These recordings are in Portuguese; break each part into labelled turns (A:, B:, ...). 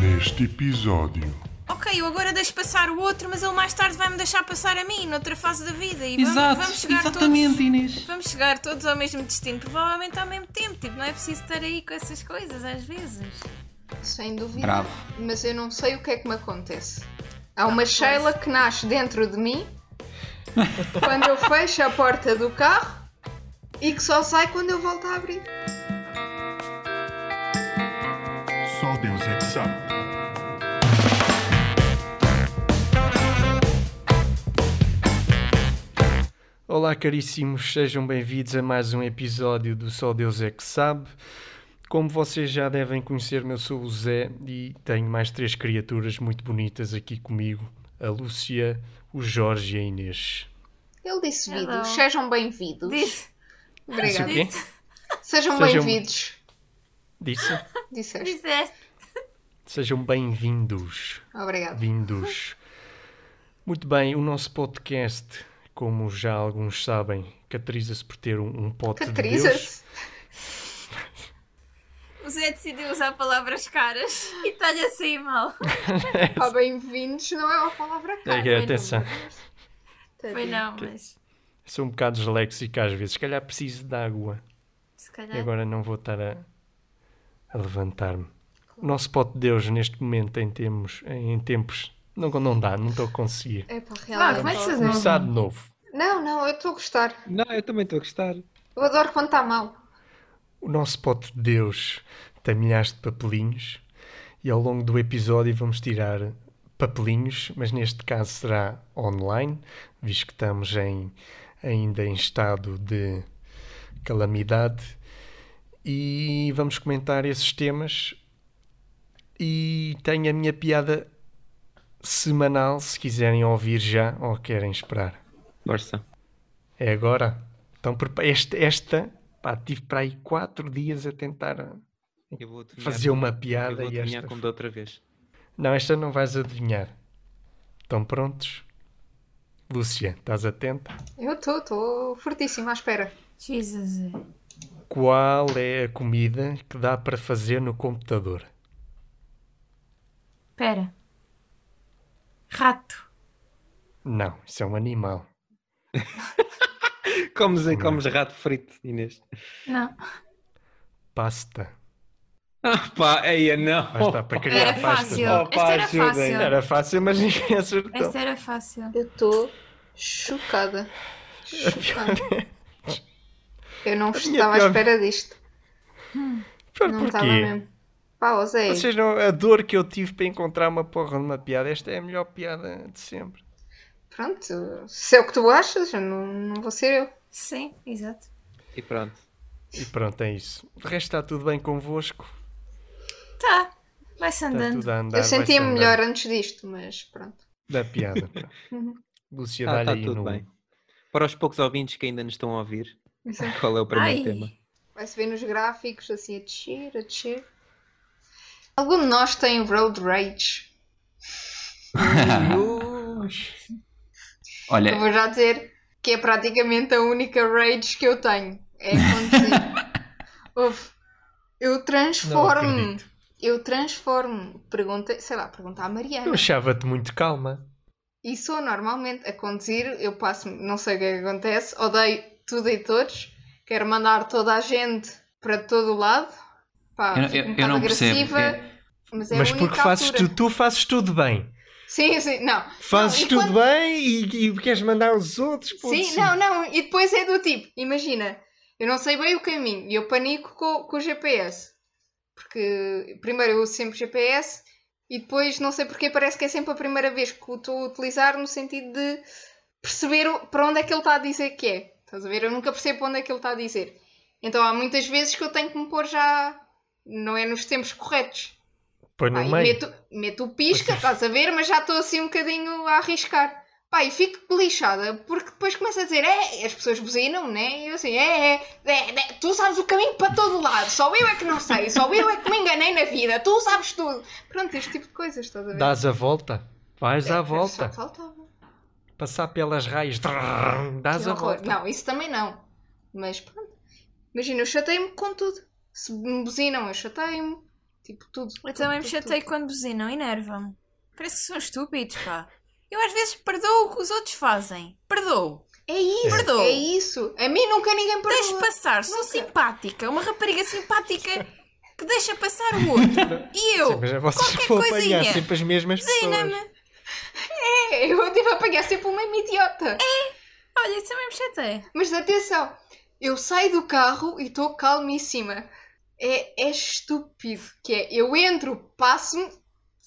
A: neste episódio.
B: Ok, eu agora deixo passar o outro, mas ele mais tarde vai-me deixar passar a mim, noutra fase da vida. E vamos,
C: Exato,
B: vamos chegar
C: exatamente,
B: todos.
C: Inês.
B: Vamos chegar todos ao mesmo destino, provavelmente ao mesmo tempo. Tipo, não é preciso estar aí com essas coisas às vezes.
D: Sem dúvida.
C: Bravo.
D: Mas eu não sei o que é que me acontece.
E: Ah,
D: Há uma Sheila que nasce dentro de mim quando eu fecho a porta do carro e que só sai quando eu volto a abrir.
A: Só Deus é que sabe.
E: Olá, caríssimos, sejam bem-vindos a mais um episódio do Só Deus é que Sabe. Como vocês já devem conhecer-me, eu sou o Zé e tenho mais três criaturas muito bonitas aqui comigo: a Lúcia, o Jorge e a Inês.
D: Ele disse
B: Hello.
D: vídeos. Sejam bem-vindos.
B: Disse,
E: Disse o
D: Obrigada.
E: quê?
D: Sejam
E: Sejam-
D: bem-vindos.
E: Disse?
D: Disseste.
B: disseste.
E: Sejam bem-vindos.
D: Obrigada.
E: Vindos. Muito bem, o nosso podcast, como já alguns sabem, caracteriza-se por ter um, um pote de Deus.
D: Catriza-se.
B: O Zé decidiu usar palavras caras e está-lhe assim mal.
D: Oh, bem-vindos não é uma palavra
E: É,
D: cara.
E: que, atenção.
B: Foi não, mas
E: Sou um bocado disléxico às vezes. Se calhar preciso de água.
B: se
E: E
B: calhar.
E: agora não vou estar a, a levantar-me. O nosso pote de Deus neste momento em, temos, em tempos. Não, não dá, não estou a conseguir.
D: É para
B: Vá,
D: realmente.
B: começa, Zé.
E: Começar de novo.
D: Não, não, eu estou a gostar.
F: Não, eu também estou a gostar.
D: Eu adoro quando está mal.
E: O nosso pote de Deus tem milhares de papelinhos e ao longo do episódio vamos tirar papelinhos, mas neste caso será online, visto que estamos em- ainda em estado de calamidade. E vamos comentar esses temas. E tenho a minha piada semanal, se quiserem ouvir já ou querem esperar.
F: Força.
E: É agora. Então, prepa- este- esta, pá, tive para aí quatro dias a tentar.
F: Eu vou adivinhar.
E: Fazer uma
F: Eu
E: piada
F: vou
E: e
F: adivinhar
E: esta.
F: como da outra vez.
E: Não, esta não vais adivinhar. Estão prontos? Lúcia, estás atenta?
D: Eu estou, estou fortíssima à espera.
B: Jesus, Zé.
E: Qual é a comida que dá para fazer no computador?
B: Pera. Rato.
E: Não, isso é um animal.
F: Comes, comes rato frito, Inês.
B: Não.
E: Pasta.
F: Ah pá, eia, não.
E: Lá está, para criar
B: Era
E: pasta.
B: fácil.
E: não.
B: Esta era
F: ajudem.
B: fácil.
E: Era fácil, mas ninguém acertou.
B: Esta era fácil.
D: Eu estou chocada. Chocada. Eu não estava à
E: pior-
D: espera disto.
E: Pior
D: Não estava
E: porquê?
D: mesmo. Pá, ó Zé.
E: Vocês não, a dor que eu tive para encontrar uma porra numa piada, esta é a melhor piada de sempre.
D: Pronto, se é o que tu achas, eu não, não vou ser eu.
B: Sim, exato.
F: E pronto.
E: E pronto, é isso. De resto está tudo bem convosco.
B: Tá. Vai-se
E: Está
B: andando.
E: tudo a andar.
D: eu
E: vai-se
D: sentia-me
E: andando.
D: melhor antes disto, mas pronto.
E: Da piada. pá.
D: Uhum.
E: Lúcia,
F: Está
E: dá-lhe
F: tá
E: aí
F: tudo
E: no...
F: bem. Para os poucos ouvintes que ainda nos estão a ouvir,
D: Exato.
F: qual é o primeiro
B: Ai.
F: tema?
D: Vai-se ver nos gráficos, assim, a descer, a descer. Algum de nós tem road rage?
E: É.
D: Eu
C: Olha,
D: vou já dizer que é praticamente a única rage que eu tenho. É conduzir. Ouve, eu
E: Não
D: transformo-me.
E: acredito.
D: Eu transformo. Pergunta, sei lá, pergunta à Mariana.
E: Eu achava-te muito calma.
D: E sou normalmente a conduzir, eu passo, não sei o que é que acontece, odeio tudo e todos, quero mandar toda a gente para todo o lado. Pá,
C: eu, não-
D: fico
C: eu-
D: um
C: eu
D: bocado
C: não percebo.
D: agressiva,
C: porque-
D: mas é
E: Mas
D: a única
E: porque fazes
D: altura.
E: tu, tu fazes tudo bem.
D: Sim, sim, não.
E: Fazes
D: Não, e
E: tudo
D: quando-
E: bem e, e queres mandar os outros para onde
D: Sim,
E: se-
D: não, não, e depois é do tipo, imagina, eu não sei bem o caminho e eu panico com, com o GPS. Porque primeiro eu uso sempre GPS e depois não sei porque parece que é sempre a primeira vez que o estou a utilizar no sentido de perceber o- para onde é que ele está a dizer que é. Estás a ver? Eu nunca percebo para onde é que ele está a dizer. Então há muitas vezes que eu tenho que me pôr já. Não é nos tempos corretos.
E: Põe no
D: Pá, e
E: meio.
D: meto, meto o
E: é.
D: pisca, estás a ver, mas já estou assim um bocadinho a arriscar. Pá, e fico lixada, porque depois começa a dizer, é, as pessoas buzinam, né? E eu assim, é, é, é, é, tu sabes o caminho para todo lado, só eu é que não sei, só eu é que me enganei na vida, tu sabes tudo. Pronto, este tipo de coisas, estás a ver?
E: Dás a volta. Vais à
D: Só
E: volta.
D: faltava. Que
E: Passar pelas raias. Trrr, Dás a
D: horror.
E: volta.
D: Não, isso também não. Mas pronto, imagina, eu chatei-me com tudo. Se me buzinam, eu chatei-me. Tipo, tudo.
B: Eu
D: tudo,
B: também me
D: tudo,
B: chatei
D: tudo.
B: quando buzinam, enervam-me. Parece que são estúpidos, pá. Eu às vezes perdoo o que os outros fazem. Perdoo.
D: É isso,
B: Perdoa.
D: é isso. A mim nunca ninguém
B: Deixo
D: perdoa.
B: passar, sou
D: Nunca.
B: simpática. Uma rapariga simpática que deixa passar o outro. E eu,
E: Sim, mas é vocês que
B: qualquer
E: vão apanhar
B: coisinha.
E: sempre as mesmas pessoas.
B: buzina-me.
D: É, eu devo apanhar sempre uma idiota.
B: Olha, isso também me chatei.
D: Mas atenção, eu saio do carro e estou calmíssima. É, é estúpido que é. Eu entro, passo-me,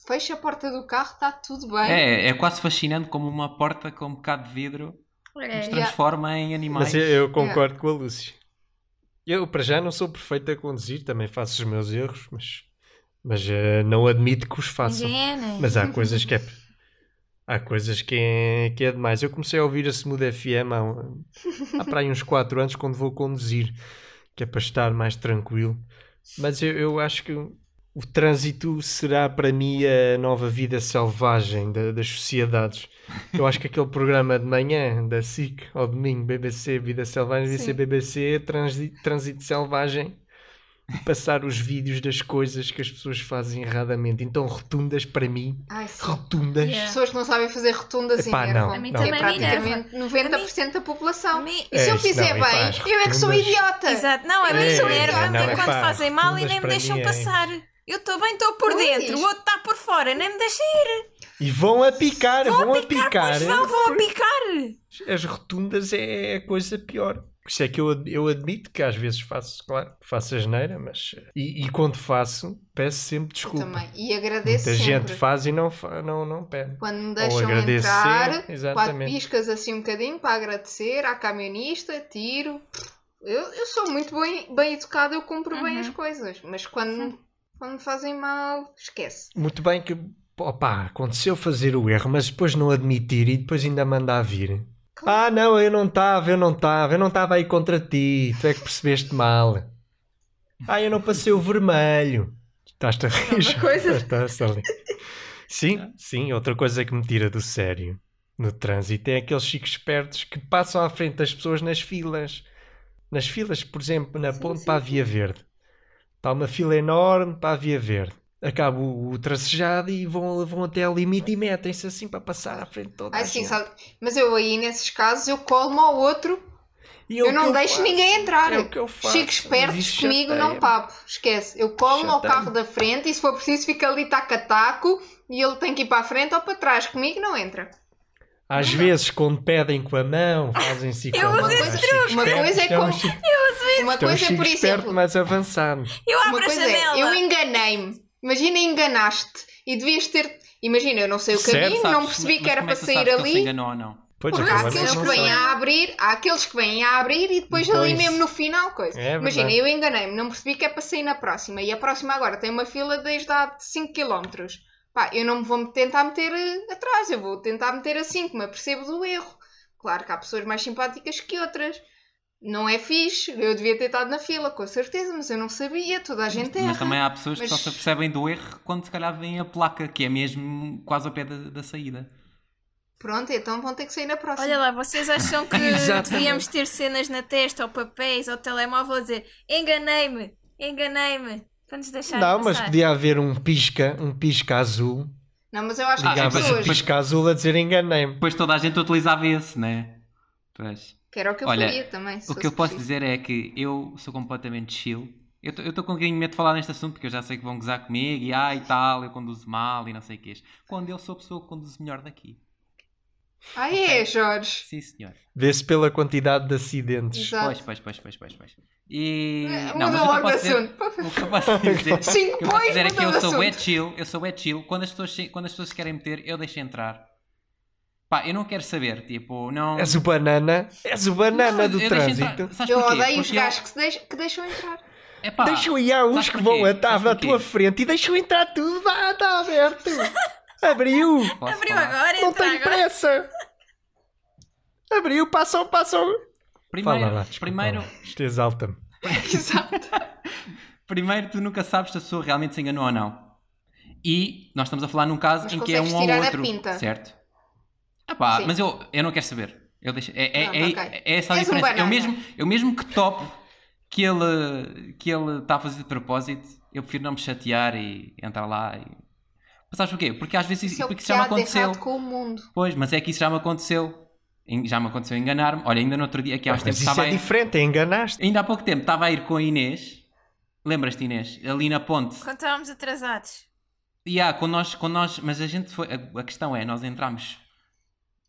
D: fecho a porta do carro, está tudo bem.
C: É, é quase fascinante como uma porta com um bocado de vidro se
B: É.
D: Yeah.
C: transforma em animais.
E: Mas eu,
D: É.
E: eu concordo com a Lúcia. Eu, para já, não sou perfeito a conduzir, também faço os meus erros, mas, mas eh, não admito que os façam.
B: Ninguém é, né?
E: Mas há coisas que é. Há coisas que é, que é demais. Eu comecei a ouvir a Smooth FM há, um- há para aí uns 4 anos quando vou conduzir, que é para estar mais tranquilo. Mas eu, eu acho que o trânsito será para mim a nova vida selvagem da- das sociedades. Eu acho que aquele programa de manhã da SIC ou domingo, BBC Vida Selvagem, devia
D: Sim.
E: ser BBC transi- Trânsito Selvagem e passar os vídeos das coisas que as pessoas fazem erradamente. Então, rotundas para mim,
D: Ai, sim.
E: rotundas.
B: Yeah.
D: Pessoas que não sabem fazer rotundas
E: Epá,
D: e
E: não,
B: A mim
E: não.
D: É
B: também me enerva.
D: praticamente 90% da
B: A
D: população.
B: mim-
D: E se
E: É,
D: eu
E: isso não,
D: fizer
E: epá,
D: bem,
E: as
D: eu é que sou
E: rotundas-
D: idiota.
B: Exato, não, a mim
D: É,
B: são
D: não,
B: enerva
D: é
B: quando
E: pá,
B: fazem mal e
E: rotundas
B: nem me
E: para
B: deixam
E: mim é-
B: passar. Eu estou bem, estou por
D: Pois.
B: dentro, o outro está por fora, nem me deixa ir.
E: E vão a picar, vão a picar.
B: Pois vão, vão a picar.
E: As rotundas é a coisa pior. Por isso é que eu, ad- eu admito que às vezes faço, claro, faço asneira, mas. eh, E, e quando faço, peço sempre desculpa.
D: Também. E
E: Muita
D: agradeço sempre.
E: gente faz e não, fa- não, não pede.
D: Quando me
E: Ou
D: deixam
E: agradecer,
D: entrar, quatro
E: exatamente.
D: piscas assim um bocadinho para agradecer à camionista, tiro. Eu, eu sou muito bem, bem educada, eu cumpro bem
B: Uhum.
D: as coisas, mas quando, quando me fazem mal, esquece.
E: Muito bem que. Opa, aconteceu fazer o erro, mas depois não admitir e depois ainda mandar vir. Ah, não, eu não estava, eu não estava, eu não estava aí contra ti, tu é que percebeste mal. Ah, eu não passei o vermelho. Estás-te a rir.
D: uma coisa.
E: Estás-te a rir. Sim, sim, outra coisa que me tira do sério no trânsito é aqueles chicos espertos que passam à frente das pessoas nas filas. Nas filas, por exemplo, na
D: Sim,
E: ponte
D: sim,
E: para a Via Verde. Está uma fila enorme para a Via Verde. Acaba o, o tracejado e vão, vão até ao limite e metem-se assim para passar à frente de toda a
D: Ah, sim,
E: gente.
D: sabe? Mas eu aí, nesses casos, eu colmo ao outro,
E: E é
D: eu,
E: o que
D: não deixo
E: faço.
D: ninguém entrar.
E: É o que eu faço.
D: Chicos
E: Mas
D: espertos
E: isso
D: comigo, não
E: chateia-me.
D: papo, esquece. Eu colmo ao
E: Chateia-me.
D: carro da frente e se for preciso fica ali taco a taco e ele tem que ir para a frente ou para trás. Comigo não entra.
E: Às vezes, quando pedem com a mão, fazem-se com
B: Eu
E: a mão.
B: uso esse
E: São
D: truque.
E: chicos
D: Uma coisa é
E: espertos, são
D: como-
E: chicos-
D: Uma
E: são
D: coisa é,
E: chicos
D: por
E: Então, um esperto,
D: exemplo,
E: mas avançado.
B: Eu abro
D: Uma
B: a
D: coisa
B: janela.
D: é, eu enganei-me. Imagina, enganaste e devias ter. Imagina, eu não sei o
E: Certo,
D: caminho,
C: Sabes,
D: não percebi
C: mas
D: que era
C: como é
D: para
C: que tu
D: sair
C: sabes que ele se
D: ali.
C: enganou ou não?
E: Pois
D: Porque
E: é,
D: há
B: Agora
D: aqueles
B: não
D: que
B: sei.
D: vêm a abrir, há aqueles que vêm a abrir e depois ali
E: Depois.
D: mesmo no final, coisa.
E: É
D: Imagina,
E: verdade.
D: eu enganei-me, não percebi que é para sair na próxima e a próxima agora tem uma fila desde há 5 km. Pá, eu não me vou tentar meter eh, atrás, eu vou tentar meter a 5, me apercebo do erro. Claro que há pessoas mais simpáticas que outras. Não é fixe, eu devia ter estado na fila, com certeza, mas eu não sabia, toda a gente erra.
C: Mas também há pessoas que só
D: Mas-
C: se apercebem do erro quando se calhar veem a placa, que é mesmo quase ao pé da, da saída.
D: Pronto, então vão ter que sair na próxima.
B: Olha lá, vocês acham que
E: Exatamente.
B: devíamos ter cenas na testa ou papéis ou telemóvel a dizer enganei-me, enganei-me, para nos deixar
E: Não, mas
B: passar.
E: podia haver um pisca, um pisca azul.
D: Não, mas eu acho que as
C: Ligava-se
E: Ligava-se
C: Ah, mas-
E: um
D: pessoas.
E: pisca azul a dizer enganei-me.
C: Depois toda a gente utilizava esse, né? Pois.
D: Que era o que eu
C: Olha,
D: faria também. se
C: O que eu
D: fosse
C: posso
D: preciso.
C: dizer é que eu sou completamente chill. Eu estou com um bocadinho de medo de falar neste assunto porque eu já sei que vão gozar comigo e ai e tal, eu conduzo mal e não sei o que és. Quando eu sou a pessoa que conduz melhor daqui.
D: Ah, é, Jorge.
C: Sim, senhor.
E: Vê-se pela quantidade de acidentes.
D: Exato.
C: Pois, pois, pois, pois, pois, pois. E.
D: É,
C: não, mas o
D: Muda
C: que eu
D: logo de
C: posso dizer.
D: assunto.
C: O que eu posso dizer.
D: Cinco
C: O que eu posso
D: pões,
C: dizer é que
D: muda
C: eu
D: de
C: sou é
D: assunto.
C: chill, eu sou é chill. Quando as pessoas, se- quando as pessoas se querem meter, eu deixo entrar. Pá, eu não quero saber, tipo, não.
E: És o banana, és o banana
C: Não,
E: do
C: eu deixo entrar.
E: trânsito.
C: Sabes
D: Eu
C: porquê?
D: odeio os
C: Porque eu-
D: gajos que, se deix- que deixam entrar.
C: Epá,
E: Deixa aí, há uns
C: sabes
E: que
C: porquê?
E: vão estar
C: Sabes
E: à
C: porquê?
E: tua frente e deixam entrar tudo. Vá, está aberto. Abriu.
C: posso
B: Abriu
C: falar?
B: agora,
E: Não
B: entra
E: tem
B: agora.
E: pressa. Abriu, passou, passou.
C: Primeiro,
E: Fala lá, desculpa
C: primeiro,
E: lá. Isto exalta-me.
D: Exato.
C: Primeiro, tu nunca sabes se a pessoa realmente se enganou ou não. E nós estamos a falar num caso
D: Mas
C: em que é um
D: consegues
C: ou
D: tirar a
C: outro.
D: pinta.
C: Certo? Ah pá,
D: Sim.
C: mas eu, eu não quero saber. Eu deixo, é, é,
D: Pronto,
C: é,
D: ok.
C: é essa a
D: És um
C: diferença. eu,
D: banana.
C: mesmo, eu mesmo que topo que ele está que ele tá a fazer de propósito, Eu prefiro não me chatear e entrar lá e. Mas sabes porquê? Porque às vezes
D: Isso é
C: isso,
D: o
C: porque
D: que
C: isso já me
D: há de
C: aconteceu.
D: errado com o mundo.
C: Pois, mas é que isso já me aconteceu. Em- Já me aconteceu enganar-me. Olha, ainda no outro dia, aqui há uns
E: Mas
C: tempos,
E: isso
C: estava
E: é
C: a-
E: diferente, é enganaste.
C: ainda há pouco tempo estava a ir com a Inês. Lembras-te, Inês? Ali na ponte.
B: Quando estávamos atrasados.
C: E há, quando nós, quando nós, mas a gente foi. A, a questão é, nós entramos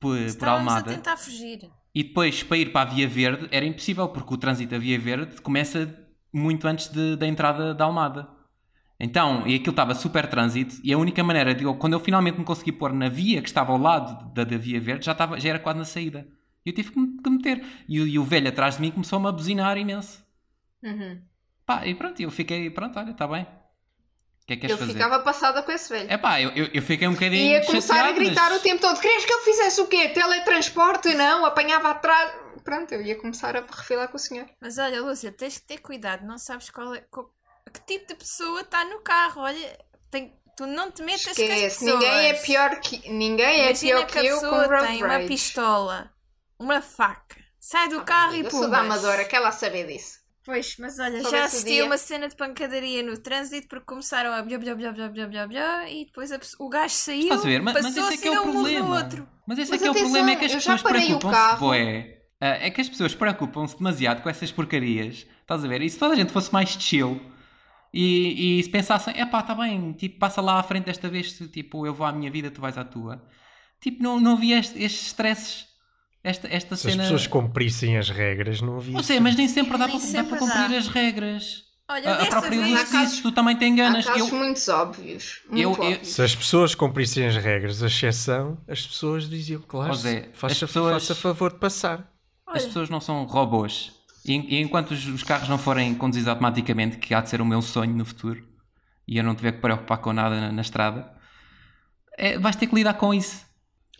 C: por, por
B: Estávamos a
C: Almada
B: tentar fugir.
C: e depois para ir para a Via Verde era impossível, porque o trânsito da Via Verde começa muito antes de- da entrada da Almada. Então, e aquilo estava super trânsito, e a única maneira de eu, quando eu finalmente me consegui pôr na via que estava ao lado da, da Via Verde, já, estava, já era quase na saída. E eu tive que me, que meter. E, o- e o velho atrás de mim começou-me a buzinar imenso.
D: Uhum.
C: Pá, e pronto, eu fiquei, pronto, olha, está bem. O que é que queres
D: Eu
C: fazer?
D: ficava passada com esse velho.
C: É pá, eu, eu, eu fiquei um bocadinho.
D: Ia começar a
C: chateado,
D: gritar
C: mas-
D: o tempo todo: querias que eu fizesse o quê? Teletransporte? Não, apanhava atrás. Pronto, eu ia começar a refilar com o senhor.
B: Mas olha, Lúcia, tens que ter cuidado. Não sabes qual é. co- que tipo de pessoa está no carro. Olha, tem- tu não te metas com as
D: Esquece,
B: tipo pessoas.
D: ninguém é pior que, ninguém é
B: Imagina
D: pior
B: que,
D: que,
B: a
D: eu com
B: pessoa
D: road
B: tem uma
D: rage. Ah,
B: pistola, uma faca. Sai do carro e
D: eu
B: pula.
D: sou da Amadora, quer lá saber disso.
B: Pois, mas olha,
D: Só
B: já
D: nesse
B: assisti
D: dia.
B: a uma cena de pancadaria no trânsito porque começaram a blá blá blá blá blá blá blá e depois a pessoa- o gajo saiu,
C: Estás a ver? Mas, mas
B: passou
C: esse é
B: se
C: que é
B: deu
C: o
B: um murro no
C: problema.
B: outro.
C: Mas esse
D: Mas
C: é que é o
D: atenção,
C: problema, é que as
D: eu já
C: pessoas
D: parei o
C: preocupam-se
D: carro.
C: bué. Ah, É que as pessoas preocupam-se demasiado com essas porcarias. Estás a ver? E se toda a gente fosse mais chill e, e se pensassem, é pá, está bem, tipo, passa lá à frente desta vez, se, tipo, eu vou à minha vida, tu vais à tua. Tipo, não, não havia este- estes stresses, esta, esta
E: Se as
C: cena.
E: pessoas cumprissem as regras, não havia.
C: Não sei, mas nem sempre dá,
B: Nem
C: para, dá
B: sempre
C: para
B: dá.
C: cumprir as regras.
B: Olha,
C: A, a
B: desta
C: própria
B: vez
C: luz
D: Há casos-
C: diz, tu também te enganas.
D: Há casos
C: Eu-
D: muito óbvios. Muito
C: eu- eu-
D: óbvios.
E: Se as pessoas cumprissem as regras, a exceção, as pessoas diziam, claro,
C: Ó Zé, as
E: faça,
C: pessoas-
E: faça favor de passar.
B: olha,
C: As pessoas não são robôs. E, en- e enquanto os, os carros não forem conduzidos automaticamente, que há de ser o meu sonho no futuro, e eu não tiver que preocupar com nada na, na estrada, é, vais ter que lidar com isso.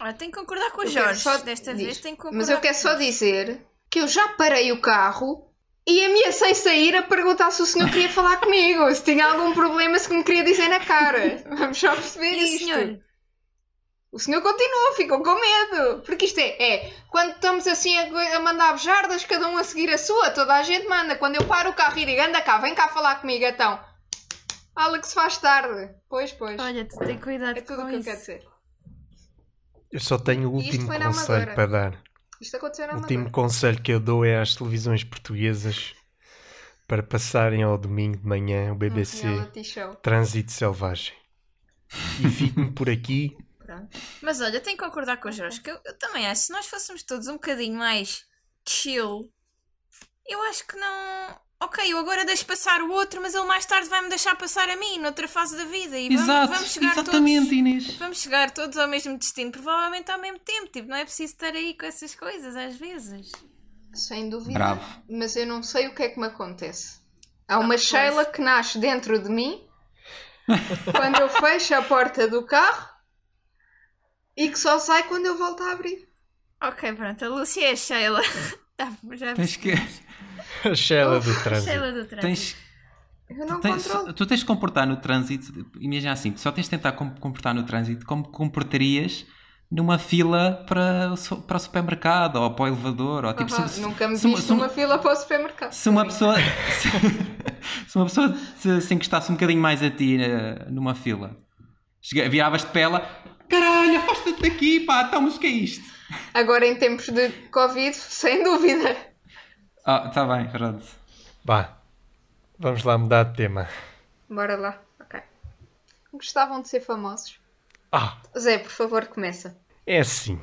B: olha, tenho que concordar com o
D: Eu quero
B: Jorge.
D: só
B: Desta
D: dizer-
B: vez tenho que concordar.
D: Mas eu quero só dizer que eu já parei o carro e ameacei sair a perguntar se o senhor queria falar comigo, se tinha algum problema, se me queria dizer na cara. Vamos só perceber
B: E o
D: isto.
B: senhor?
D: O senhor continuou, ficou com medo. Porque isto é, é quando estamos assim a, go- a mandar bejardas, cada um a seguir a sua, toda a gente manda. Quando eu paro o carro e digo, anda cá, vem cá falar comigo, então. Fala que se faz tarde. Pois, pois.
B: Olha, tu tem cuidado
D: é tudo
B: com
D: o que eu
B: isso.
D: quero dizer.
E: Eu só tenho o
D: E isto
E: último
D: foi na
E: conselho
D: Amadora.
E: para dar.
D: Isto aconteceu na
E: O último
D: Amadora.
E: conselho que eu dou é às televisões portuguesas para passarem ao domingo de manhã o BBC
D: Um reality show.
E: Trânsito Selvagem. E fico-me por aqui.
D: Pronto.
B: Mas olha, tenho que concordar com o Jorge, que eu, eu também acho, se nós fôssemos todos um bocadinho mais chill, eu acho que não. Ok, eu agora deixo passar o outro, mas ele mais tarde vai-me deixar passar a mim, noutra fase da vida. E vamos,
C: Exato,
B: vamos chegar
C: exatamente,
B: todos.
C: Inês.
B: Vamos chegar todos ao mesmo destino, provavelmente ao mesmo tempo. Tipo, não é preciso estar aí com essas coisas às vezes.
D: Sem dúvida.
C: Bravo.
D: Mas eu não sei o que é que me acontece.
C: Ah,
D: Há uma
B: pois.
D: Sheila que nasce dentro de mim quando eu fecho a porta do carro e que só sai quando eu volto a abrir.
B: Ok, pronto, a Lúcia é a Sheila. Tá, já
C: Tens que.
E: A Sheila do Trânsito.
B: Sheila do trânsito.
C: Tens,
D: Eu não
C: tu, tens,
D: controlo.
C: tu tens de comportar no trânsito. Imagina assim, tu só tens de tentar com- comportar no trânsito como te comportarias numa fila para, o su- para o supermercado ou para o elevador. Ou, tipo,
D: Aham,
C: se-
D: Nunca me
C: se uma-
D: viste
C: se uma-
D: numa fila para o supermercado.
C: Se uma
D: Sim.
C: pessoa. Se, se uma pessoa se, se encostasse um bocadinho mais a ti eh, numa fila, chega- viravas-te para ela, caralho, afasta-te daqui, pá, então, mas o que é isto?
D: Agora em tempos de Covid, sem dúvida.
C: Ah, tá bem, pronto.
E: Vá, vamos lá mudar de tema.
D: Bora lá. Ok. Gostavam de ser famosos?
E: Ah,
D: Zé, por favor, começa.
E: É assim.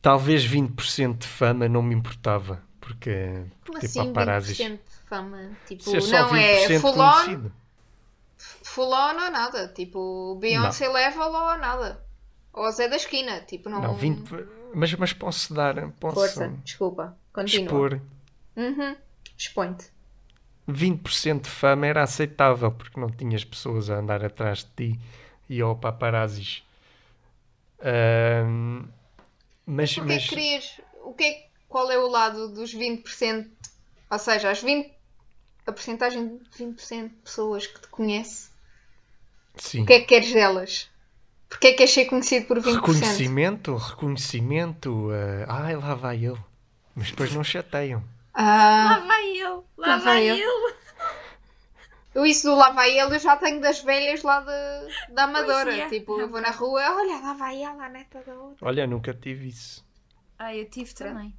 E: Talvez 20% de fama não me importava. Porque,
D: Como
E: porque
D: assim
E: paparazzis.
D: 20% de fama? Tipo,
E: Isso é só
D: não é
E: 20%
D: full on,
E: conhecido.
D: full on ou nada. Tipo, Beyoncé level ou nada. Ou Zé da Esquina. Tipo, não.
E: Não, 20... Mas, mas posso dar, posso
D: Força, desculpa. Continua.
E: expor.
D: Uhum. Expõe-te.
E: 20% de fama era aceitável porque não tinhas pessoas a andar atrás de ti e ao paparazzis. Ahm, mas,
D: Porquê
E: mas
D: que querias. O que é- qual é o lado dos 20%? Ou seja, as 20%. A porcentagem de 20% de pessoas que te conhece.
E: sim.
D: O que é que queres delas? Porquê é que és ser conhecido por 20%?
E: reconhecimento, reconhecimento. ah, ai, lá vai ele. Mas depois não chateiam.
D: Ah,
B: Lá vai ele, lá,
D: Lá vai
B: vai
D: ele.
B: ele.
D: Eu isso do lá vai ele, eu já tenho das velhas lá de, da Amadora.
B: Pois é.
D: Tipo, eu vou na rua, olha, lá vai ela, a neta da outra.
E: Olha, nunca tive isso.
B: Ah, eu tive também.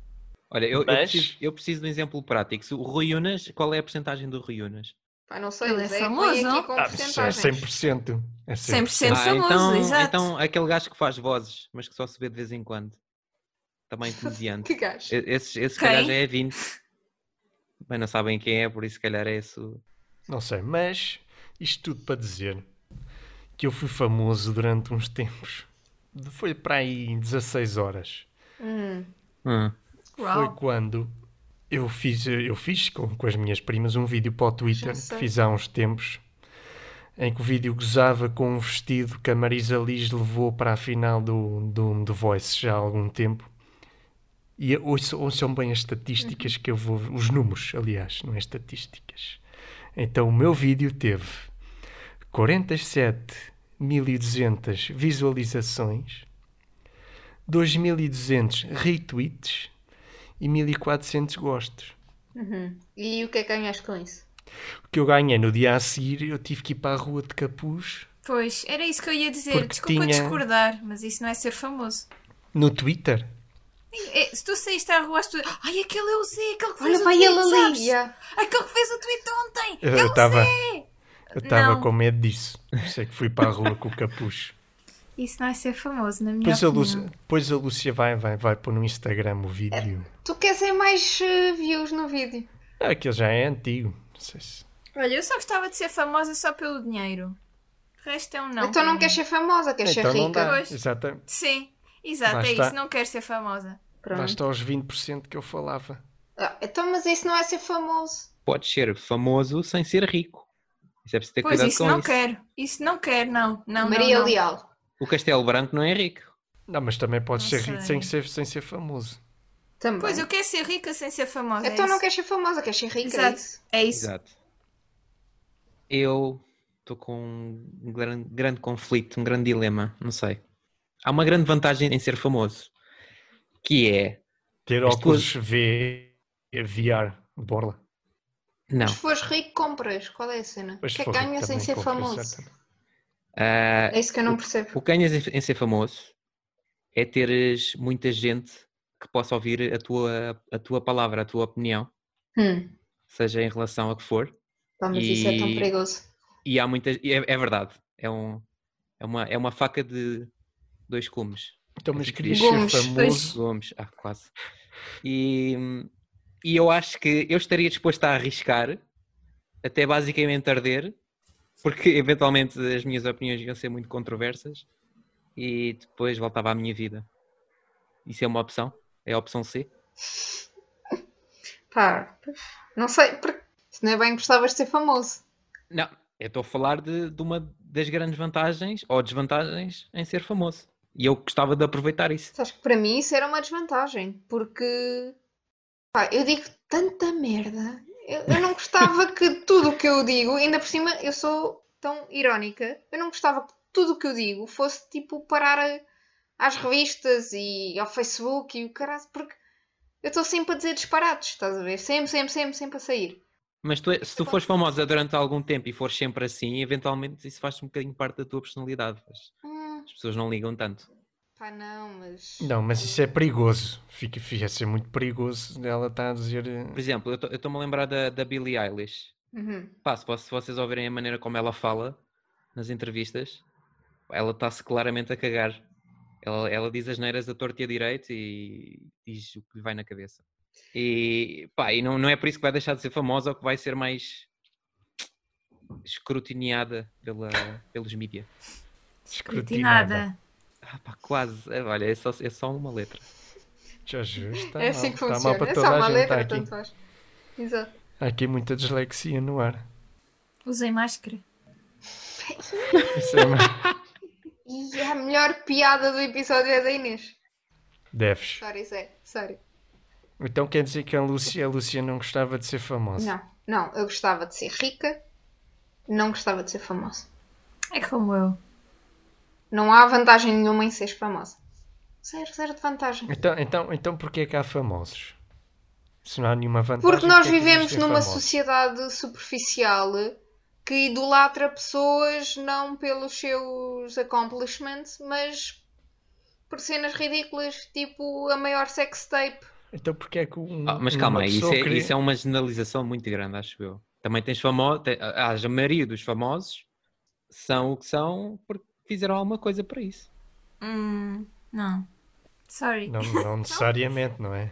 F: Olha, eu, eu
G: Mas-
F: preciso, eu preciso de um exemplo prático. Se o Rui Unas, qual é a porcentagem do Rui Unas?
D: Pá, não sei,
B: Ele é
D: Zé, põe
B: famoso,
D: aqui
B: não?
D: com
E: Ah, isso é
D: porcentagens.
E: 100%. É 100%.
B: 100%
C: Ah,
B: famoso,
F: então,
B: exato.
F: então aquele gajo que faz vozes, mas que só se vê de vez em quando. Também comediante.
D: Que gajo.
F: E- Esse, esse se
B: Quem?
F: calhar já é 20. Bem, não sabem quem é, por isso se calhar é esse. o-
E: Não sei, mas isto tudo para dizer que eu fui famoso durante uns tempos. Foi para aí 16 horas.
D: Hum.
E: Foi
B: Uau.
E: quando eu fiz, eu fiz com, com as minhas primas um vídeo para o Twitter
D: Já
E: que
D: sei.
E: fiz há uns tempos em que o vídeo gozava com um vestido que a Marisa Liz levou para a final do, do The Voice já há algum tempo. E ouçam, ouçam bem as estatísticas
D: Uhum.
E: que eu vou. Os números, aliás, não é estatísticas. Então o meu vídeo teve 47.200 visualizações, 2.200 retweets e 1.400 gostos.
D: E o que é que ganhas com isso?
E: O que eu ganhei no dia a seguir, eu tive que ir para a rua de capuz.
B: Pois, era isso que eu ia dizer.
E: Porque
B: Desculpa
E: tinha-
B: discordar, mas isso não é ser famoso.
E: No Twitter?
B: É, se tu saíste à rua, as pessoas. Ai, aquele é o Zé, aquele que fez
D: Olha,
B: o
D: vai
B: tweet,
D: ele ali. é.
B: sabes?
D: yeah.
B: Aquele que fez o tweet de ontem.
E: Eu
B: é o
E: estava-
B: Zé.
E: Eu estava
B: Não.
E: com medo disso. Por isso é que fui para a rua com o capuz.
B: Isso não é ser famoso, na minha
E: Depois a,
B: opinião.
E: Lúcia, depois a Lúcia vai, vai, vai pôr no Instagram o vídeo.
D: Tu queres é mais eh, views no vídeo.
E: Ah, aquele já é antigo. Não sei se...
B: Olha, eu só gostava de ser famosa só pelo dinheiro. O resto é um não.
D: então
B: para
D: não
B: mim.
D: queres ser famosa, queres
E: Então
D: ser
E: não
D: rica.
E: dá.
B: Pois.
E: Exata,
B: Sim, exato,
E: Lá
B: é
E: está.
B: isso. Não quero ser famosa.
D: Pronto.
E: basta aos 20% que eu falava.
D: Ah, então, mas isso não é ser famoso.
F: Pode ser famoso sem ser rico. Isso é preciso ter
B: Pois,
F: cuidado
B: isso
F: com
B: não
F: isso.
B: quero. Isso não quero, não. não não,
D: Maria
B: não.
D: Leal.
F: O Castelo Branco não é rico.
E: Não, mas também podes
B: Não
E: ser rico
B: sei.
E: sem ser, sem ser famoso.
D: Também.
B: Pois, eu quero ser rica sem ser famosa. é
D: é? então não
B: isso.
D: queres ser famosa, queres ser rica.
B: Exato.
D: É isso.
B: É isso.
F: Exato. Eu estou com um grande, grande conflito, um grande dilema, não sei. Há uma grande vantagem em ser famoso, que é
E: Ter
F: Mas tu-
E: óculos V, VR, de borla.
F: não.
D: Mas se fores rico, compras. Qual é a cena? O
E: Mas
D: que é que
E: for rico
D: ganhas em
E: também
D: ser
E: compra,
D: famoso?
E: exatamente.
F: Ah,
D: É isso que eu não percebo.
F: O que ganhas em em ser famoso é teres muita gente que possa ouvir a tua, a tua palavra, a tua opinião,
D: Hum.
F: seja em relação a que for.
D: Pá, mas isso é tão
F: E-
D: perigoso.
F: E há muitas. e É, é verdade. É, um, é, uma, é uma faca de dois cumes.
E: Então, mas
F: Assim
E: querias
F: diz.
E: ser
D: Gomes, pois.
E: famoso.
F: Cumes. Ah, quase. E, e eu acho que eu estaria disposto a arriscar até basicamente arder, porque eventualmente as minhas opiniões iam ser muito controversas e depois voltava à minha vida. Isso é uma opção? É a opção C?
D: Pá, não sei, porque se não é bem gostavas de ser famoso.
F: Não, eu estou a falar de, de uma das grandes vantagens ou desvantagens em ser famoso. E eu gostava de aproveitar isso.
D: Sabes que para mim isso era uma desvantagem, porque pá, eu digo tanta merda. Eu, eu não gostava que tudo o que eu digo, ainda por cima eu sou tão irónica, eu não gostava que tudo o que eu digo fosse tipo parar a- às revistas e ao Facebook e o caralho, porque eu estou sempre a dizer disparados, estás a ver? Sempre, sempre, sempre, sempre a sair.
F: Mas tu é- se tu fores famosa durante algum tempo e fores sempre assim, eventualmente isso faz um bocadinho parte da tua personalidade. Mas
D: Hum,
F: as pessoas não ligam tanto.
D: pá, não, mas.
E: Não, mas isso é perigoso. Fica, fica a ser muito perigoso. Ela está a dizer. eh,
F: Por exemplo, eu estou-me a lembrar da, da Billie Eilish.
D: Uhum.
F: Pá, se, vo- se vocês ouvirem a maneira como ela fala nas entrevistas, ela está-se claramente a cagar. Ela, ela diz as neiras da torta e a direito e diz o que lhe vai na cabeça. E, pá, e não, não é por isso que vai deixar de ser famosa ou que vai ser mais escrutineada pela, pelos mídia.
B: Escrutinada.
F: Ah, pá, quase. É, Olha, é só, é só uma letra.
E: Já justo. Está
D: É assim
E: Tá mal,
D: que
E: está
D: funciona.
E: mal para
D: É
E: toda
D: só
E: a
D: uma
E: gente,
D: letra,
E: está aqui.
D: tanto faz. Exato.
E: Há aqui muita dislexia no ar.
B: Usei máscara.
E: Isso é mais...
D: E é a melhor piada do episódio é da Inês.
E: Deves.
D: Sorry, Zé. Sorry.
E: Então quer dizer que a Lúcia, a Lúcia não gostava de ser famosa.
D: Não, não. Eu gostava de ser rica. Não gostava de ser famosa.
B: É como eu.
D: Não há vantagem nenhuma em seres famosa. Zero, zero de vantagem.
E: Então, então, então porquê é que há famosos? Se não há nenhuma vantagem.
D: Porque nós
E: porquê é que
D: vivemos
E: existem
D: numa
E: famosos?
D: sociedade superficial que idolatra pessoas não pelos seus accomplishments, mas por cenas ridículas, tipo a maior sex tape.
E: Então porque é que um,
F: Ah, mas
E: uma
F: calma, isso
E: pessoa
F: é,
E: queria-
F: isso é uma generalização muito grande, acho eu. Também tens famosos, a a maioria dos famosos são o que são porque fizeram alguma coisa para isso.
B: Hum, não. Sorry.
E: Não, não necessariamente, não é?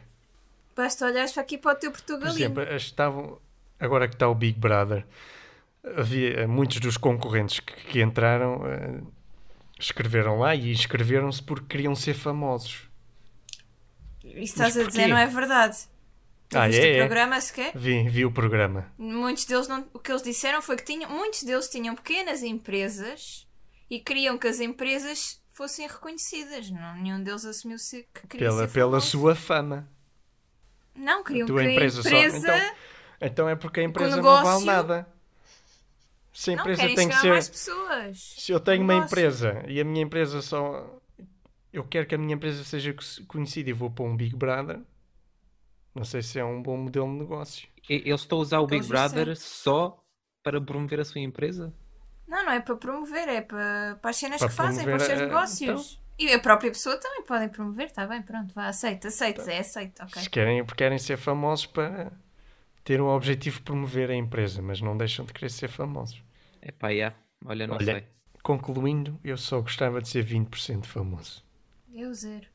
B: Basta olhares para aqui para o teu
E: Por
B: Portugalinho.
E: exemplo, as estavam. Agora que está o Big Brother, havia eh, muitos dos concorrentes que, que entraram eh, escreveram lá e inscreveram-se porque queriam ser famosos.
B: Isso estás
F: Mas
B: a dizer
F: porquê?
B: não é verdade. Tu
E: Ah,
B: viste
E: é,
B: o
E: é.
B: programa sequer?
E: Vi, vi o programa.
B: Muitos deles não, o que eles disseram foi que tinham, muitos deles tinham pequenas empresas e queriam que as empresas fossem reconhecidas. Não, nenhum deles assumiu se que queria
E: Pela,
B: ser
E: pela
B: famoso.
E: sua fama.
B: Não, queriam
E: tua
B: que a
E: empresa
B: empresa,
E: só- Então, Então é porque a empresa
B: negócio-
E: não vale nada. Se a
B: não
E: empresa
B: querem
E: tem que
B: chegar a
E: ser.
B: mais pessoas.
E: Se eu tenho uma
B: Nossa.
E: empresa e a minha empresa só. Eu quero que a minha empresa seja co- conhecida e vou para um Big Brother, não sei se é um bom modelo de negócio.
F: E- Eles estão a usar o Big
B: Eles já
F: Brother só para promover a sua empresa?
B: Não, não é para promover, é para, para as cenas
E: Para
B: que fazem, para os
E: promover,
B: seus
E: eh,
B: negócios. E a própria pessoa também podem promover, está bem, pronto, vá, aceito, aceito,
E: Tá.
B: é aceito, ok.
E: Se querem, porque querem ser famosos para ter um objetivo de promover a empresa, mas não deixam de querer ser famosos.
F: É pá, yeah. olha, não
E: Olha.
F: sei.
E: Concluindo, eu só gostava de ser 20% famoso.
B: Eu zero.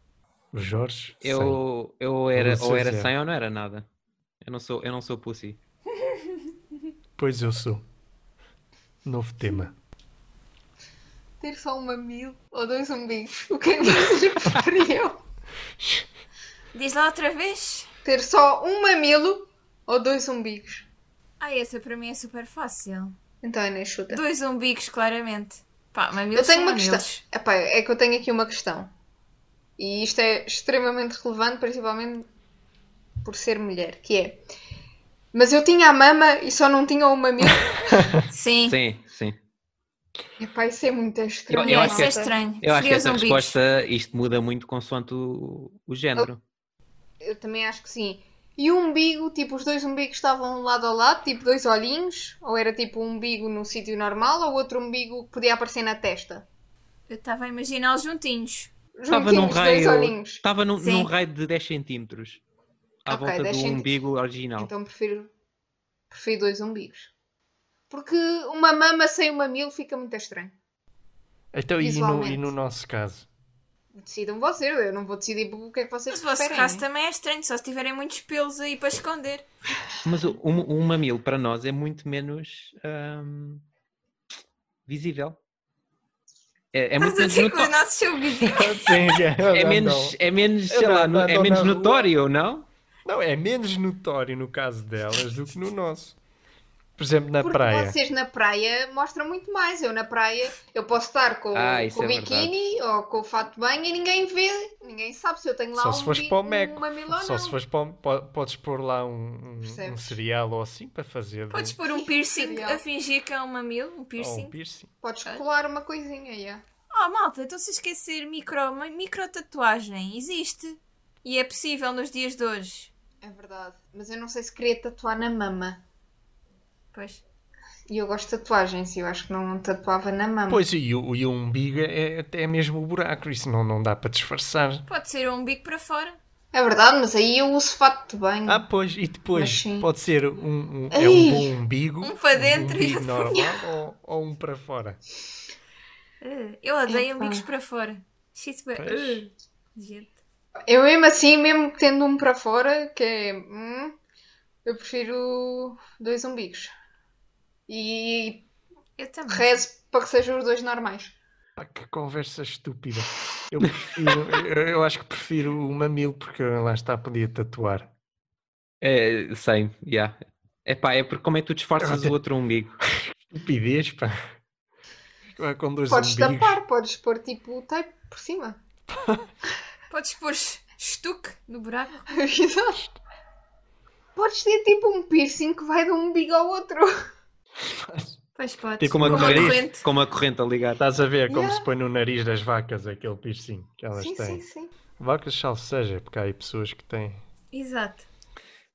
E: O Jorge, sei.
F: Eu, eu era,
E: Não
F: ou
E: sei
F: era
E: se é.
F: 100 ou não era nada. Eu não sou, eu não sou pussy.
E: pois eu sou. Novo tema.
D: Ter só uma mil ou dois umbigos. O que é que vocês preferiam?
B: Diz lá outra vez.
D: Ter só um mamilo ou dois umbigos?
B: Ah, essa para mim é super fácil.
D: Então, Inês, chuta.
B: Dois umbigos, claramente. Pá, mamilos
D: Eu tenho
B: são
D: uma
B: mamilos.
D: questão. Epá, é que eu tenho aqui uma questão. E isto é extremamente relevante, principalmente por ser mulher, que é. Mas eu tinha a mama e só não tinha o mamilo.
B: Sim,
F: Sim, sim.
D: Epá, isso é muito estranho.
B: eu,
F: Eu acho
B: acho
F: que
B: é
F: essa-
B: estranho.
F: Eu acho que
B: Seria os
F: essa
B: umbigos.
F: resposta, isto muda muito consoante o, o género.
B: Oh,
D: Eu também acho que sim. E o umbigo, tipo, os dois umbigos estavam lado a lado, tipo dois olhinhos, ou era tipo um umbigo no sítio normal, ou outro umbigo que podia aparecer na testa.
B: Eu estava a imaginá-los juntinhos.
F: Estava num
D: Juntinhos, dois
F: raio,
D: olhinhos.
F: estava num, num
B: Sim.
F: raio de 10 centímetros à
D: Ok,
F: volta
D: 10
F: do
D: centí-
F: umbigo original.
D: Então prefiro, prefiro dois umbigos. Porque uma mama sem uma mil fica muito estranho.
E: Então, e no, e
D: Visualmente.
E: no nosso caso?
D: Decidam vocês, eu não vou decidir o que é que vocês
B: Mas o vosso
D: preferem.
B: caso também é estranho, só se tiverem muitos pelos aí para esconder.
F: Mas o, um, um mamilo para nós é muito menos ahm, visível. É, é muito
B: Estás a dizer
F: menos
B: que os
F: notório.
B: nossos são vizinhos.
F: É menos, é menos, sei
E: Eu
F: lá,
E: não
F: no- é
E: ando
F: menos
E: na rua.
F: notório, não?
E: Não, é menos notório no caso delas do que no nosso. Por exemplo, na
D: Porque
E: praia.
D: vocês na praia mostram muito mais. Eu na praia, eu posso estar com,
F: Ah,
D: com
F: isso
D: o
F: é
D: biquíni ou com o fato de banho e ninguém vê, ninguém sabe se eu tenho lá
E: Só
D: um,
E: se fores
D: bi-
E: para o
D: um
E: Meco.
D: mamilo ou
E: Só
D: não.
E: se fores para o, po- podes pôr lá um, um, um
D: Percebes?
E: cereal ou assim para fazer. de-
B: Podes pôr um piercing
D: Real.
B: a fingir que é um mamilo, um
E: ou
B: piercing.
E: um piercing.
D: Podes colar uma coisinha, yeah.
B: Oh, malta, então se esquecer micro, micro tatuagem, existe. E é possível nos dias de hoje.
D: é verdade. Mas eu não sei se queria tatuar na mama.
B: Pois.
D: E eu gosto de tatuagens e eu acho que não tatuava na mama.
E: Pois, e o, e o umbigo é até mesmo o buraco, isso não, não dá para disfarçar.
B: Pode ser um bico para fora.
D: É verdade, mas aí eu uso fato de banho.
E: Ah, pois, e
D: Hum. Mas
E: depois
D: sim.
E: pode ser um, um- é um
D: Ei!
E: bom umbigo.
B: Um para dentro e
E: umbigo
B: outro-
E: normal ou, ou um para fora.
B: Eh, Eu odeio
D: Epá.
B: bicos para fora. Shit, but...
E: Pois.
B: eh, Gente.
D: Eu mesmo assim, mesmo que tendo um para fora, que é. hum, eu prefiro dois umbigos. E
B: Eu também.
D: rezo para que sejam os dois normais.
E: Pá, Ah, que conversa estúpida. Eu, prefiro- eu, eu acho que prefiro o mamilo, porque lá está, podia tatuar.
F: É, sei, já. É pá, é porque como é que tu disfarças
E: Até-
F: o outro umbigo?
E: Estupidez, pá. Agora Com dois
D: Podes
E: umbigos.
D: tampar, podes pôr tipo o tape por cima.
B: Podes pôr estuque no buraco.
D: Exato. podes ter tipo um piercing que vai de um umbigo ao outro.
B: Pois podes.
E: Tem
F: Com uma
E: Uma
F: corrente, com uma corrente a ligar.
E: Estás a ver como
D: Yeah.
E: se põe no nariz das vacas aquele piercing que elas
D: sim, sim,
E: têm.
D: sim.
E: Vacas, salvo seja, porque há aí pessoas que têm.
B: Exato.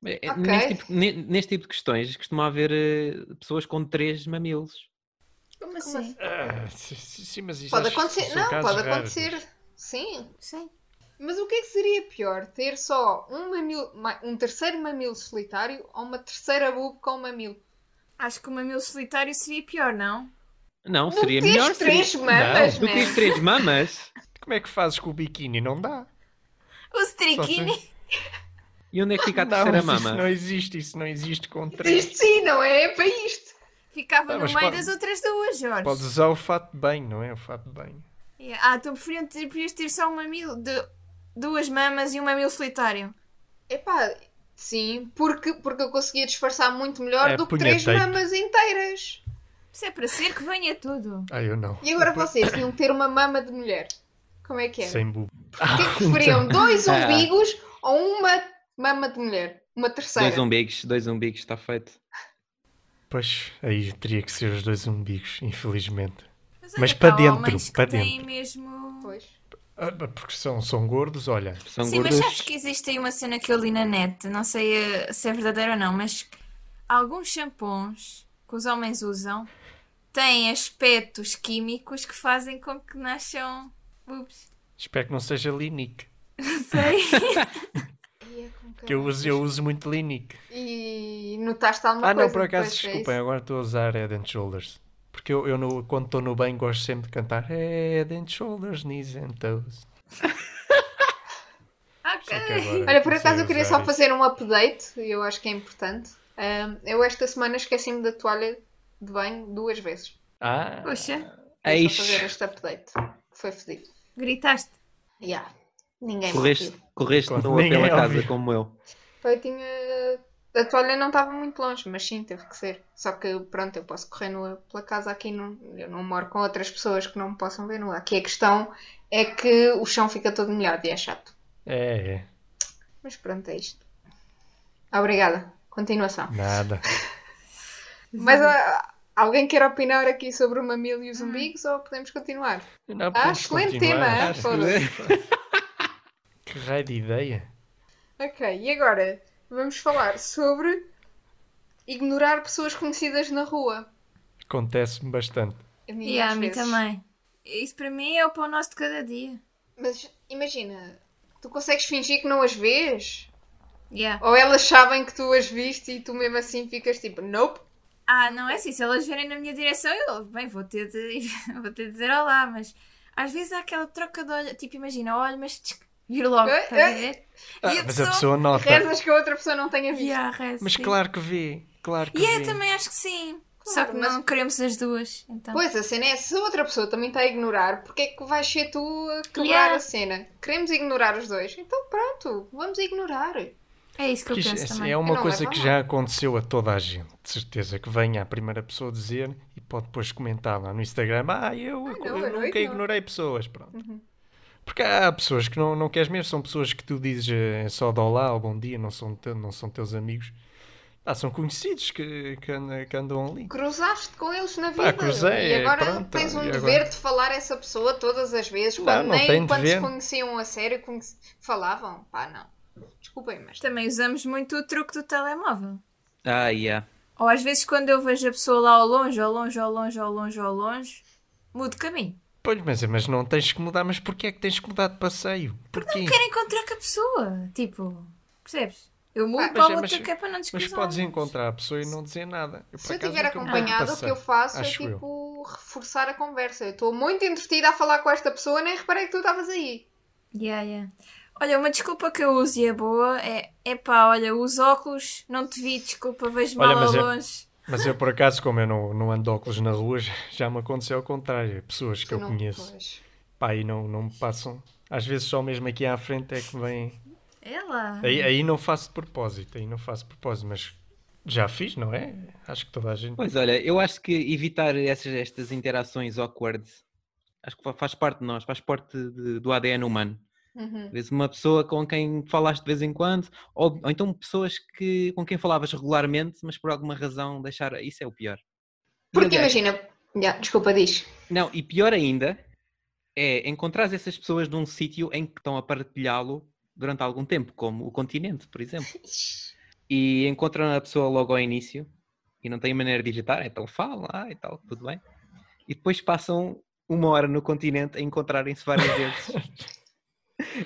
F: É,
D: Ok.
F: Neste, tipo, ne- neste tipo de questões costuma haver eh, pessoas com três mamilos.
B: Como
D: Como
B: assim?
E: Ah, si- si- sim, mas isso
D: Pode
E: acho que um
D: acontecer,
E: são
D: não,
E: casos
D: pode
E: raros.
D: acontecer. Sim.
B: Sim.
D: Mas o que é que seria pior? Ter só um, mamilo, ma- um terceiro mamilo solitário ou uma terceira boob com mamilo?
B: Acho que o mamilo solitário seria pior, não?
F: Não,
D: Não
F: seria
D: tens
F: melhor.
D: três
F: seria...
D: mamas,
F: não,
D: man.
F: tu tens três mamas?
E: Como é que fazes com o biquíni? Não dá.
B: O
E: Só tem-
B: striquini.
F: E onde é que fica a
E: Não,
F: terceira
E: mas
F: mama?
E: Isso não é- existe, isso não existe com três.
D: Isto sim, não é? É para isto.
B: Ficava
E: Ah,
B: no
E: mas
B: meio
E: pode-
B: das outras duas, Jorge.
E: Podes usar o fato de banho, não é? O fato de banho.
B: Yeah. Ah, então preferiam ter, preferias ter só um mamilo de duas mamas e um mamilo solitário.
D: Epá, sim, porque, porque eu conseguia disfarçar muito melhor
E: É
D: do que três
E: punheteiro.
D: mamas inteiras.
B: Se é para ser, que venha tudo.
E: Ah, eu não.
D: E agora vocês tinham que ter uma mama de mulher. Como é que era?
E: Sem bubo.
D: O que é que preferiam?
E: Então,
D: Dois
F: Ah.
D: umbigos ou uma mama de mulher? Uma terceira.
F: Dois umbigos, dois umbigos, está feito.
E: Pois, aí teria que ser os dois umbigos, infelizmente.
B: olha
E: Mas
B: que
E: para
B: há
E: dentro,
B: homens que
E: para
B: têm
E: dentro.
B: mesmo...
D: Pois.
E: Ah, mas porque são, são gordos, olha.
F: São
B: Sim,
F: gordos.
B: mas sabes que existe aí uma cena que eu li na net, não sei eh, se é verdadeira ou não, mas alguns shampoos que os homens usam têm aspectos químicos que fazem com que nasçam boobs.
E: Espero que não seja Linic.
B: Não sei.
E: Que eu uso, eu uso muito Linic.
D: E notaste alguma
E: Ah,
D: coisa?
E: não, por acaso,
D: depois, é
E: desculpem,
D: isso?
E: agora estou a usar Head and Shoulders. Porque eu, eu no- quando estou no banho gosto sempre de cantar Head and Shoulders, Knees and Toes.
B: ok.
E: Só que agora
D: Olha, por
E: comecei
D: acaso
E: a
D: eu queria
E: usar
D: só
E: um- é isso.
D: fazer um update, eu acho que é importante. Ahm, eu esta semana esqueci-me da toalha de banho duas vezes.
E: Ah,
B: Poxa,
D: Queria
F: Eish.
D: só é fazer este update. Foi fedido.
B: gritaste.
D: Yeah. Ninguém me
F: Correste,
D: ouviu.
F: correste
E: Claro, é
F: nua
E: ninguém
F: pela casa
E: ouviu.
F: como eu.
D: Eu tinha... A toalha não estava muito longe, mas sim, teve que ser. Só que, pronto, eu posso correr nua pela casa aqui, não... eu não moro com outras pessoas que não me possam ver nua. Aqui a questão é que o chão fica todo molhado e é chato.
E: é, é.
D: Mas pronto, é isto. Obrigada. Continuação.
E: Nada.
D: Mas ah, alguém quer opinar aqui sobre o mamilo e os umbigos ou podemos continuar?
E: Não,
D: Ah,
E: podemos
D: excelente
E: continuar.
D: tema, ah, foda-se.
E: Que raio de ideia.
D: Ok, e agora vamos falar sobre ignorar pessoas conhecidas na rua.
E: Acontece-me bastante.
D: A mim,
B: E a
D: às
B: mim
D: vezes.
B: também. Isso para mim é o pão nosso de cada dia.
D: Mas imagina, tu consegues fingir que não as vês?
B: Yeah.
D: Ou elas sabem que tu as viste e tu mesmo assim ficas tipo, nope.
B: Ah, não é assim. Se elas virem na minha direção, eu bem, vou ter de, vou ter de dizer olá, mas às vezes há aquela troca de olho, tipo, imagina, olho, mas tchic, vir logo,
D: Ai,
B: estás a
D: ai.
B: ver?
E: Ah,
B: E a
E: mas a
B: pessoa-
E: pessoa nota.
D: Rezas que a outra pessoa não tenha visto.
B: E há resto,
E: Mas
B: sim.
E: claro que vê. Claro que
B: é assim. E
D: é
B: eu
E: vê.
B: também acho que sim. Só
D: Claro,
B: que
D: mas-
B: não queremos as duas. Então.
D: Pois, a cena é, se a outra pessoa também está a ignorar, porque é que vais ser tu a quebrar
B: Yeah.
D: a cena? Queremos ignorar os dois? Então pronto, vamos ignorar.
B: É isso que eu
E: Porque
B: penso
E: isto-
B: também.
E: é
D: Eu
E: uma
D: não
E: coisa
D: levo a
E: que
D: mal.
E: já aconteceu a toda a gente, de certeza, que venha a primeira pessoa dizer e pode depois comentar lá no Instagram, ah, eu, eu
D: eu
E: nunca
D: ignoro."
E: ignorei pessoas, pronto.
D: Uhum.
E: Porque há pessoas que não, não queres mesmo, são pessoas que tu dizes eh, só de olá ou bom dia, não são, te- não são teus amigos. Ah, são conhecidos que, que, andam, que andam ali.
D: Cruzaste com eles na vida.
E: Pá, cruzei,
D: e agora
E: pronto,
D: tens um
E: e agora?
D: dever de falar a essa pessoa todas as vezes,
E: Não,
D: quando
E: não
D: nem
E: tem
D: quando se
E: dever.
D: conheciam a sério conhece- falavam. Pá, não. Desculpem, mas.
B: Também usamos muito o truque do telemóvel.
F: Ah, yeah.
B: Ou às vezes quando eu vejo a pessoa lá ao longe, ao longe, ao longe, ao longe, ao longe, mudo de caminho.
E: Pois, mas, mas não tens que mudar, mas porquê é que tens que mudar de passeio? Porquê?
B: Quero encontrar com a pessoa. Tipo, percebes? Eu mudo
D: Ah, mas
B: para
E: é-
B: o outro
E: mas-
B: que é para não
E: Mas
B: descusar.
E: podes encontrar a pessoa e não dizer nada. Eu, por
D: Se eu
E: acaso,
D: estiver
E: nunca mudei de
D: acompanhada, o que eu
E: passeio,
D: faço
E: acho
D: é
E: eu.
D: tipo reforçar a conversa. Eu estou muito entretida a falar com esta pessoa, nem reparei que tu estavas aí.
B: Yeah, yeah. Olha, uma desculpa que eu uso e é boa é, epá, olha, uso óculos, não te vi, desculpa, vejo mal
E: Olha, mas é-
B: ao
E: eu-
B: longe.
E: Mas eu, por acaso, como eu não, não ando de óculos na rua, já- já me aconteceu ao contrário. Pessoas que eu
D: Não,
E: conheço,
D: pois.
E: pá, e não, não me passam. Às vezes só mesmo aqui à frente é que vêm.
B: É
F: Ah.
B: lá.
E: Aí, aí não faço de propósito, aí não faço de propósito, mas já fiz, não é? Acho que toda a gente.
F: Pois olha, eu acho que evitar essas, estas interações awkward acho que fa- faz parte de nós, faz parte de- do ADN humano.
D: Uhum.
F: Às vezes uma pessoa com quem falaste de vez em quando, ou, ou então pessoas que, com quem falavas regularmente, mas por alguma razão deixar. Isso é o pior. E,
D: Porque
F: aliás,
D: imagina. Yeah, desculpa, diz.
F: Não, e pior ainda é encontrar essas pessoas num
E: Ah,
F: sítio em que estão a partilhá-lo durante algum tempo, como o continente, por exemplo. e encontram a pessoa logo ao início e não têm maneira de digitar, então falam lá e tal, tudo bem. E depois passam uma hora no continente a encontrarem-se várias vezes.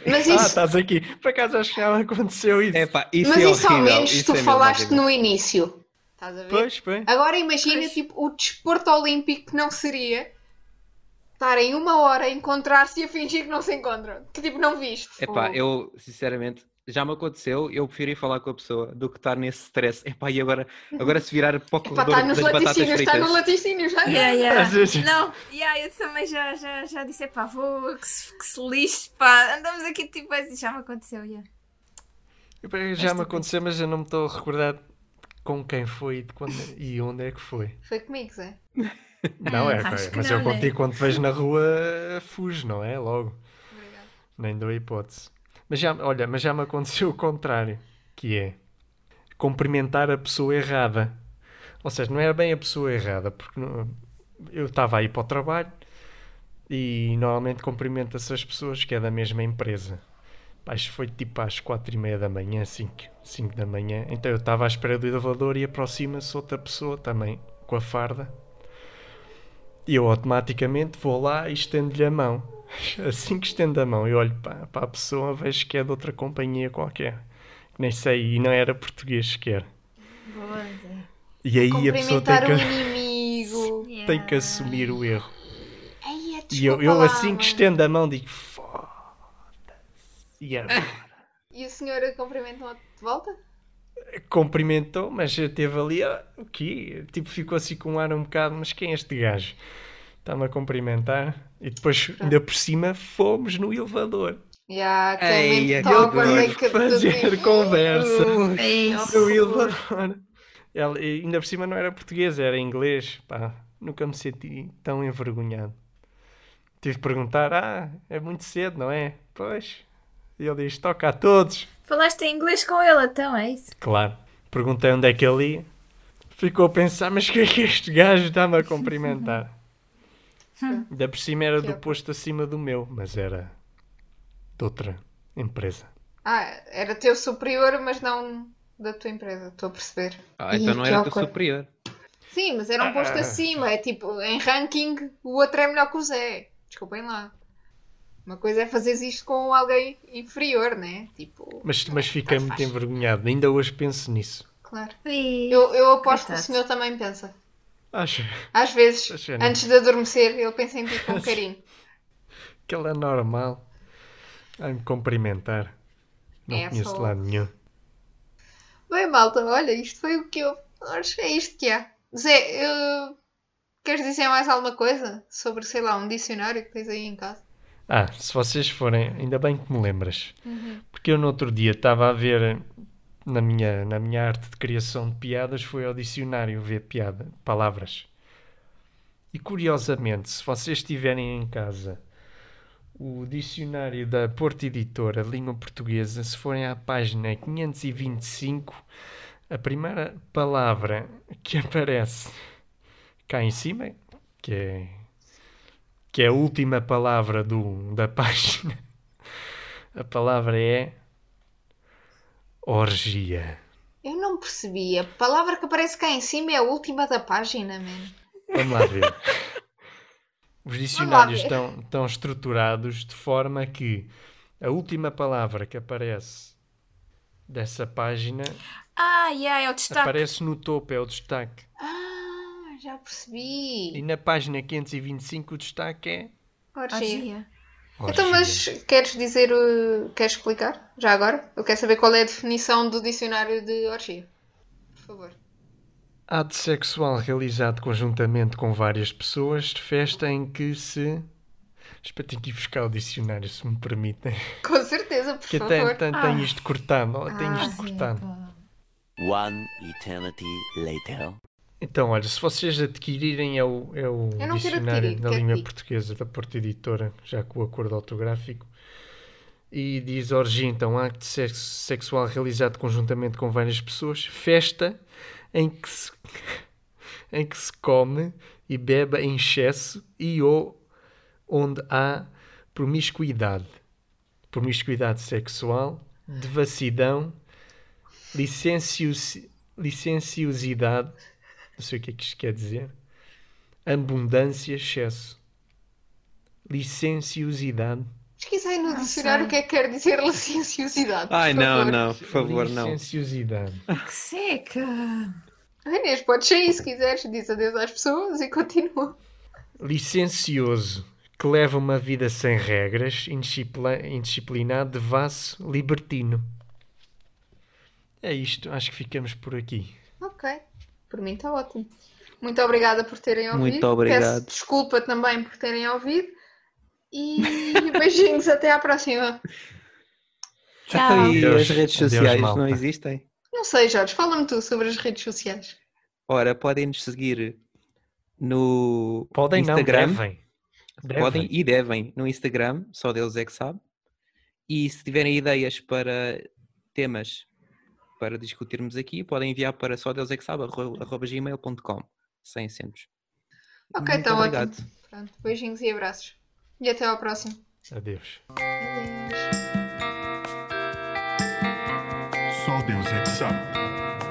D: Mas
E: Ah,
D: isso,
E: estás aqui. Por acaso acho que já aconteceu isso.
F: Epá, isso
D: mas
F: é
D: isso ao
F: horrível,
D: menos
F: isso
D: tu
F: é mesmo
D: falaste
F: horrível.
D: no início. Estás a ver?
E: Pois, pois.
D: Agora imagina
B: Pois.
D: tipo, o desporto olímpico que não seria estarem uma hora a encontrar-se e a fingir que não se encontram. Que tipo, não viste.
F: Epá,
D: Ou-
F: eu sinceramente já me aconteceu, eu prefiro ir falar com a pessoa do que estar nesse stress. Epá, e agora, agora se virar para o
D: Uhum. Epá,
F: corredor
D: está nos
F: das batatas
D: laticínios, está
F: fritas.
D: no laticínio, já.
B: Yeah, yeah.
E: Às vezes-
B: Não, yeah, eu também já, já, já disse, "É pá, vou, que se, que se lixe, pá, andamos aqui tipo assim, já me aconteceu, yeah.
E: Eu- Já me aconteceu, mas eu não me estou a recordar com quem foi e, de quando, e onde é que foi.
D: Foi comigo, Zé.
E: Não é,
B: acho que
E: mas
B: não,
E: eu contigo
B: né?
E: quando te vejo na rua fujo, não é? Logo.
D: Obrigado.
E: Nem dou a hipótese. Mas já, olha, mas já me aconteceu o contrário, que é cumprimentar a pessoa errada. Ou seja, não era bem a pessoa errada, porque não- eu estava aí para o trabalho e normalmente cumprimenta-se as pessoas que é da mesma empresa. Pá, Acho que foi tipo às quatro e meia da manhã, 5, cinco da manhã. Então eu estava à espera do elevador e aproxima-se outra pessoa também com a farda. E eu automaticamente vou lá e estendo-lhe a mão. Assim que estendo a mão e olho para, para a pessoa, vejo que é de outra companhia qualquer. Que nem sei, e não era português sequer.
B: Boa, Zé.
E: E aí a pessoa tem
D: Cumprimentar o
E: que,
D: inimigo.
B: Yeah.
E: tem que assumir o erro.
D: Ai, é,
E: E eu,
D: desculpa
E: eu
D: lá,
E: assim que
D: mano.
E: estendo a mão digo, foda-se. E era-
D: E a senhora cumprimentou de volta?
E: cumprimentou, mas teve ali "Ah, o quê? Tipo, ficou assim com um ar um bocado, mas quem é este gajo? Está-me a cumprimentar. E depois, ainda por cima, fomos no elevador
D: Já,
F: Ei,
D: aquele
F: é
D: momento tão
F: que
D: quando é
F: dor.
D: que tu
E: fazer
D: dizes,
E: conversa
B: Ei,
E: no elevador. Ela, e ainda por cima não era portuguesa, era inglês. Pá, nunca me senti tão envergonhado. Tive de perguntar: Ah, é muito cedo, não é? Pois. E ele diz: Toca a todos.
B: Falaste em inglês com ele, então, é isso?
E: Claro. Perguntei onde é que ele ia. Ficou a pensar, mas o que é que este gajo está-me a cumprimentar? Ainda por cima era do posto acima do meu, mas era de outra empresa.
D: Ah, era teu superior, mas não da tua empresa, estou a perceber.
F: Ah, então
D: Ih,
F: não
D: que
F: era do
D: awkward.
F: superior.
D: Sim, mas era um posto
E: Ah.
D: acima, é tipo, em ranking o outro é melhor que o Zé. Desculpem lá. Uma coisa é fazeres isto com alguém inferior, né? Tipo,
E: Mas, mas fiquei
D: Tá
E: muito
D: fácil.
E: envergonhado. Ainda hoje penso nisso.
D: claro.
B: Ei,
D: Eu, eu aposto que o
B: Coitado.
D: senhor também pensa.
E: Acho
D: Às vezes,
E: Acho que é, não.
D: antes de adormecer, ele pensa em ti com carinho.
E: que ele é normal. A me cumprimentar. Não
D: É,
E: conheço
D: só-
E: de lado nenhum.
D: Bem, malta, olha, isto foi o que eu. Acho que é isto que há. Zé, eu... queres dizer mais alguma coisa sobre, sei lá, um dicionário que tens aí em casa?
E: Ah, se vocês forem, ainda bem que me lembras. Porque eu no outro dia estava a ver na minha, na minha arte de criação de piadas, foi ao dicionário ver piada, palavras. E curiosamente, se vocês tiverem em casa o dicionário da Porta Editora, língua portuguesa, se forem à página 525, a primeira palavra que aparece cá em cima, que é que é a última palavra do, um, da página. A palavra é orgia.
D: Eu não percebi. A palavra que aparece cá em cima é a última da página, man.
E: Vamos lá ver. Os dicionários
D: ver.
E: estão, estão estruturados de forma que a última palavra que aparece dessa página
B: Ah, yeah, é o destaque.
E: aparece no topo, é o destaque.
D: Ah, já
E: E
D: percebi.
E: na página 525 o destaque é
D: Orgia.
B: Orgia.
D: Então, mas queres dizer, uh, queres explicar? Já agora? Eu quero saber qual é a definição do dicionário de orgia. Por favor.
E: Ato sexual realizado conjuntamente com várias pessoas de festa em que se. Espera, tenho que ir buscar o dicionário, se me permitem.
D: Com certeza, por
E: Que eu
D: favor.
E: tenho, tenho, tenho isto cortado. ó, Tenho
D: Ah,
E: isto cortado.
G: One eternity later.
E: Então, olha, se vocês adquirirem é o, é o
D: Eu não quero
E: dicionário
D: adquirir,
E: da
D: quero
E: língua
D: ti.
E: portuguesa da Porta Editora, já com o acordo autográfico. E diz orgia, então, acto sex- sexual realizado conjuntamente com várias pessoas, festa em que se, em que se come e bebe em excesso e ou onde há promiscuidade, promiscuidade sexual, devassidão licencios- licenciosidade, não sei o que é que isto quer dizer, abundância, excesso. Licenciosidade.
D: Pesquisei no
B: Não sei.
D: dicionário o que é que quer dizer licenciosidade. por
F: Ai, não,
D: favor.
F: não, por favor, não.
E: Licenciosidade.
B: Que seca!
D: Ah, Inês, podes sair se quiseres, diz adeus às pessoas e continua.
E: Licencioso, que leva uma vida sem regras, indiscipla- indisciplinado, devasso, libertino. É isto, acho que ficamos por aqui.
D: Ok, por mim está ótimo. Muito obrigada por terem ouvido.
F: Muito obrigado.
D: Peço desculpa também por terem ouvido. E beijinhos, até à próxima.
B: Tchau.
F: E
E: Adeus.
F: as redes
E: Adeus,
F: sociais não
E: malta.
F: existem?
D: Não sei, Jorge, fala-me tu sobre as redes sociais.
F: Ora, podem-nos seguir no
E: Podem,
F: Instagram.
E: não devem. Devem.
F: Podem e devem no Instagram, só Deus é que sabe. E se tiverem ideias para temas para discutirmos aqui, podem enviar para só Deus é que sabe, arro- arroba gmail.com, sem acentos.
D: Ok,
F: Muito
D: está ótimo.
F: obrigado.
D: Pronto, beijinhos e abraços. E até ao próximo.
E: Adeus.
D: Adeus.
A: Só Deus é que sabe.